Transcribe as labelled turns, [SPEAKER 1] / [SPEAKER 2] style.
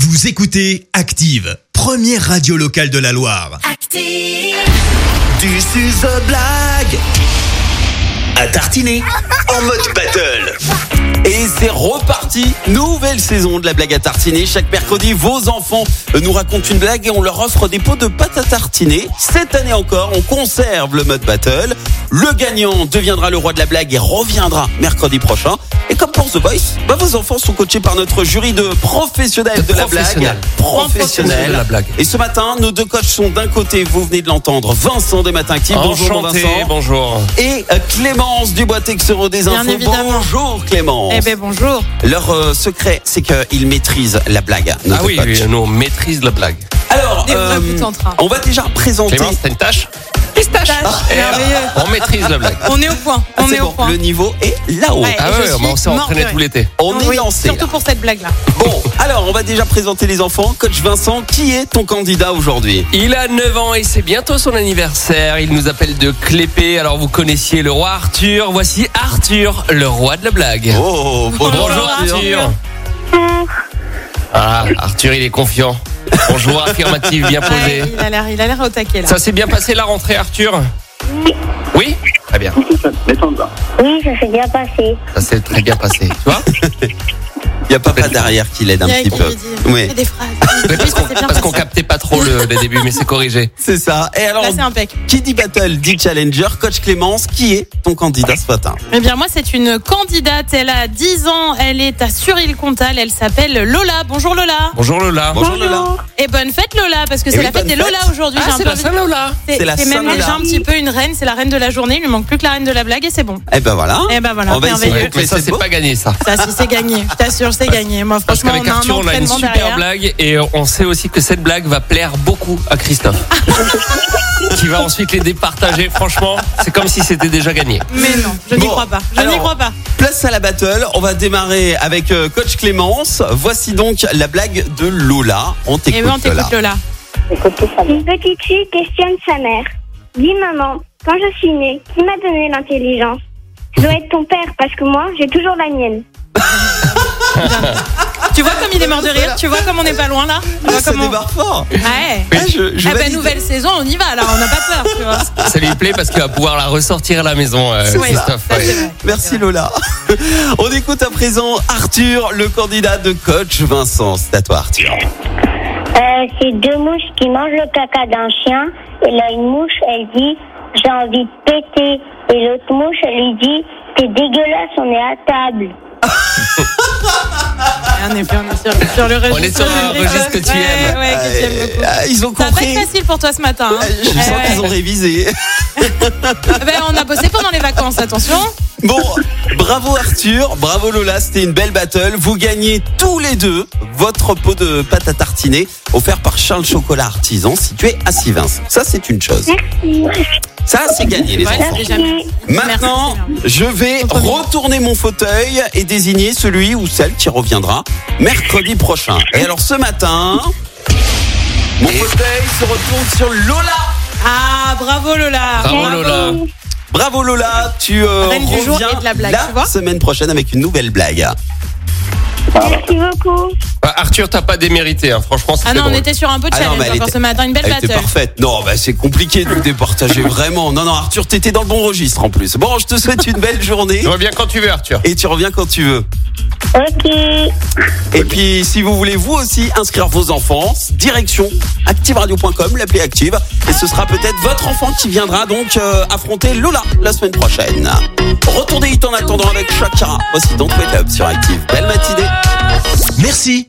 [SPEAKER 1] Vous écoutez Active, première radio locale de la Loire.
[SPEAKER 2] Active,
[SPEAKER 3] Du suzo blague à tartiner en mode battle. Et c'est reparti, nouvelle saison de la blague à tartiner. Chaque mercredi, vos enfants nous racontent une blague et on leur offre des pots de pâte à tartiner. Cette année encore, on conserve le mode battle. Le gagnant deviendra le roi de la blague et reviendra mercredi prochain. Et comme pour The Voice, bah, vos enfants sont coachés par notre jury de professionnels de,
[SPEAKER 4] De
[SPEAKER 3] la blague.
[SPEAKER 4] professionnels. Professionnels de la blague.
[SPEAKER 3] Et ce matin, nos deux coachs sont d'un côté, vous venez de l'entendre, Vincent des Matins Actifs. Bonjour mon
[SPEAKER 4] Enchanté,
[SPEAKER 3] Vincent.
[SPEAKER 4] bonjour.
[SPEAKER 3] Et euh, Clémence Dubois Texero des
[SPEAKER 5] Bien
[SPEAKER 3] Infos.
[SPEAKER 5] évidemment.
[SPEAKER 3] Bonjour Clémence.
[SPEAKER 5] Eh ben bonjour.
[SPEAKER 3] Leur euh, secret, c'est qu'ils maîtrisent la blague.
[SPEAKER 4] Ah
[SPEAKER 3] notre
[SPEAKER 4] oui,
[SPEAKER 3] coach.
[SPEAKER 4] oui, nous on maîtrise la blague.
[SPEAKER 3] Alors, euh,
[SPEAKER 5] Des vrais putains de train.
[SPEAKER 3] on va déjà présenter.
[SPEAKER 4] Clémence, t'as une tâche
[SPEAKER 5] Tâche,
[SPEAKER 4] Eh,
[SPEAKER 5] merveilleux.
[SPEAKER 4] On maîtrise la blague.
[SPEAKER 5] On est au point.
[SPEAKER 3] Ah,
[SPEAKER 5] On
[SPEAKER 3] c'est
[SPEAKER 5] est
[SPEAKER 3] bon,
[SPEAKER 5] au point.
[SPEAKER 3] le niveau est là-haut.
[SPEAKER 5] Ouais.
[SPEAKER 4] Ah
[SPEAKER 5] je
[SPEAKER 4] ouais,
[SPEAKER 5] suis
[SPEAKER 4] mais on s'est
[SPEAKER 5] morte de
[SPEAKER 4] entraîné
[SPEAKER 5] rire.
[SPEAKER 4] tout l'été.
[SPEAKER 3] On est
[SPEAKER 5] Oui,
[SPEAKER 3] lancé. là.
[SPEAKER 5] Surtout pour cette blague là.
[SPEAKER 3] Bon, alors on va déjà présenter les enfants. Coach Vincent, qui est ton candidat aujourd'hui
[SPEAKER 4] Il a 9 ans et c'est bientôt son anniversaire. Il nous appelle de Clépé. Alors vous connaissiez le roi Arthur. Voici Arthur, le roi de la blague.
[SPEAKER 3] Oh,
[SPEAKER 4] Bonjour, Arthur. Ah, Arthur, il est confiant. Bonjour, affirmatif, bien posé.
[SPEAKER 5] Ouais, il a l'air, il a l'air au taquet là.
[SPEAKER 4] Ça s'est bien passé la rentrée, Arthur Oui Très bien.
[SPEAKER 6] Oui, ça s'est bien passé.
[SPEAKER 3] oh.
[SPEAKER 4] Ça s'est très bien passé. Tu vois
[SPEAKER 3] Il n'y a papa derrière qui l'aide un
[SPEAKER 5] Il y a
[SPEAKER 3] petit
[SPEAKER 5] qui
[SPEAKER 3] peu.
[SPEAKER 5] lui dit,
[SPEAKER 3] Oui,
[SPEAKER 5] fais des phrases.
[SPEAKER 4] Mais parce
[SPEAKER 5] Ça
[SPEAKER 4] qu'on
[SPEAKER 5] s'est bien
[SPEAKER 4] parce qu'on
[SPEAKER 5] passé.
[SPEAKER 4] captait pas trop le, le début, mais c'est corrigé.
[SPEAKER 3] c'est ça. Et alors,
[SPEAKER 5] Là c'est impec.
[SPEAKER 3] qui dit battle dit challenger. Coach Clémence, qui est ton candidat ce matin
[SPEAKER 5] Eh bien moi c'est une candidate, elle a 10 ans, elle est à Suril-Comtal, elle s'appelle Lola. Bonjour Lola.
[SPEAKER 4] Bonjour Lola.
[SPEAKER 3] Bonjour Lola. Eh
[SPEAKER 5] Et bonne fête Lola parce que c'est
[SPEAKER 3] oui,
[SPEAKER 5] la fête
[SPEAKER 3] bonne
[SPEAKER 5] des
[SPEAKER 3] fête. Ah,
[SPEAKER 5] Lola aujourd'hui. j'ai un peu envie de-
[SPEAKER 4] Lola.
[SPEAKER 5] C'est
[SPEAKER 3] C'est la
[SPEAKER 5] c'est même
[SPEAKER 3] Saint-Lola.
[SPEAKER 5] déjà un petit peu une reine, c'est la reine de la journée, il lui manque plus que la reine de la blague et c'est bon.
[SPEAKER 3] Eh ben voilà.
[SPEAKER 5] Eh ben voilà,
[SPEAKER 3] On va essayer.
[SPEAKER 5] merveilleux.
[SPEAKER 4] mais ça,
[SPEAKER 3] c'est
[SPEAKER 4] c'est
[SPEAKER 3] beau.
[SPEAKER 4] pas gagné ça.
[SPEAKER 5] Ça si c'est gagné, je t'assure c'est gagné. Moi
[SPEAKER 4] Parce
[SPEAKER 5] franchement
[SPEAKER 4] qu'avec
[SPEAKER 5] on a un
[SPEAKER 4] Arthur, on a une
[SPEAKER 5] entraînement
[SPEAKER 4] super
[SPEAKER 5] derrière.
[SPEAKER 4] blague et euh, on sait aussi que cette blague va plaire beaucoup à Christophe. qui va ensuite les départager. Franchement, c'est comme si c'était déjà gagné.
[SPEAKER 5] Mais non, je n'y
[SPEAKER 3] Bon,
[SPEAKER 5] crois pas. Je
[SPEAKER 3] alors-
[SPEAKER 5] n'y crois pas. Eh
[SPEAKER 3] Place à la battle, on va démarrer avec euh, coach Clémence. Voici donc la blague de Lola. On
[SPEAKER 5] Et ben on
[SPEAKER 3] t'écoute Lola.
[SPEAKER 5] t'écoute Lola.
[SPEAKER 6] Une petite fille questionne sa mère. Dis maman, quand je suis née, qui m'a donné l'intelligence Ça doit être ton père parce que moi, j'ai toujours la mienne.
[SPEAKER 5] Tu vois comme il est mort de rire, tu vois comme on n'est pas loin là Tu vois
[SPEAKER 3] Ah, ça
[SPEAKER 5] comme on-
[SPEAKER 3] démarre fort.
[SPEAKER 5] Ouais.
[SPEAKER 3] Ah, je- je
[SPEAKER 5] Eh ben
[SPEAKER 3] valide. Euh,
[SPEAKER 5] nouvelle saison, on y va là, on n'a pas peur, tu vois.
[SPEAKER 4] Ça lui plaît parce qu'il va pouvoir la ressortir à la maison, euh,
[SPEAKER 5] Ouais,
[SPEAKER 4] Christophe.
[SPEAKER 5] ça,
[SPEAKER 4] ouais.
[SPEAKER 5] c'est vrai.
[SPEAKER 3] Merci Lola. on écoute à présent Arthur, le candidat de coach Vincent. C'est à toi Arthur.
[SPEAKER 6] Euh, c'est deux mouches qui mangent le caca d'un chien. Et là, une mouche, elle dit J'ai envie de péter. Et l'autre mouche, elle lui dit T'es dégueulasse, on est à table.
[SPEAKER 5] Ouais, En effet, on est sur, sur le registre.
[SPEAKER 4] On est sur un
[SPEAKER 5] du Christophe.
[SPEAKER 4] registre que tu
[SPEAKER 5] Ouais,
[SPEAKER 4] aimes.
[SPEAKER 5] Ouais, que tu aimes beaucoup.
[SPEAKER 3] Ah, ils ont
[SPEAKER 5] Ça va pas
[SPEAKER 3] compris.
[SPEAKER 5] être facile pour toi ce matin. hein.
[SPEAKER 3] Ah, Je
[SPEAKER 5] Eh
[SPEAKER 3] sens
[SPEAKER 5] ouais.
[SPEAKER 3] qu'ils ont révisé.
[SPEAKER 5] Eh ben, on a bossé pendant les vacances, attention.
[SPEAKER 3] Bon, bravo Arthur, bravo Lola, c'était une belle battle. Vous gagnez tous les deux votre pot de pâte à tartiner offert par Charles Chocolat Artisan situé à Sivins. Ça c'est une chose.
[SPEAKER 6] Merci.
[SPEAKER 3] Ça c'est gagné les
[SPEAKER 5] Ouais,
[SPEAKER 3] enfants.
[SPEAKER 5] c'est jamais-
[SPEAKER 3] Maintenant,
[SPEAKER 5] Merci,
[SPEAKER 3] je vais retourner mon fauteuil et désigner celui ou celle qui reviendra mercredi prochain. Et alors ce matin, mon fauteuil se retourne sur Lola.
[SPEAKER 5] Ah, bravo Lola.
[SPEAKER 4] Bravo Lola.
[SPEAKER 3] Bravo Lola, tu euh,
[SPEAKER 5] Reine du jour
[SPEAKER 3] reviens
[SPEAKER 5] et de la blague, tu vois
[SPEAKER 3] semaine prochaine avec une nouvelle blague.
[SPEAKER 6] Merci beaucoup.
[SPEAKER 4] Bah, Arthur, t'as pas démérité. hein. Franchement, c'était
[SPEAKER 5] Ah non, on
[SPEAKER 4] drôle.
[SPEAKER 5] était sur un peu de
[SPEAKER 3] Ah non,
[SPEAKER 5] challenge
[SPEAKER 3] mais elle
[SPEAKER 5] encore
[SPEAKER 3] était-
[SPEAKER 5] ce matin, une belle
[SPEAKER 3] Elle était
[SPEAKER 5] battle.
[SPEAKER 3] parfaite. Non, bah, c'est compliqué de nous départager vraiment. Non, non, Arthur, t'étais dans le bon registre en plus. Bon, je te souhaite une belle journée
[SPEAKER 4] Tu reviens quand tu veux, Arthur.
[SPEAKER 3] et tu reviens quand tu veux.
[SPEAKER 6] Ok.
[SPEAKER 3] Et puis, si vous voulez vous aussi inscrire vos enfants, direction activeradio.com, l'appli active. Et ce sera peut-être votre enfant qui viendra donc euh, affronter Lola la semaine prochaine. Retournez hit en attendant avec Shakira. Voici Don't Wake Up sur Active. Belle matinée.
[SPEAKER 1] Merci,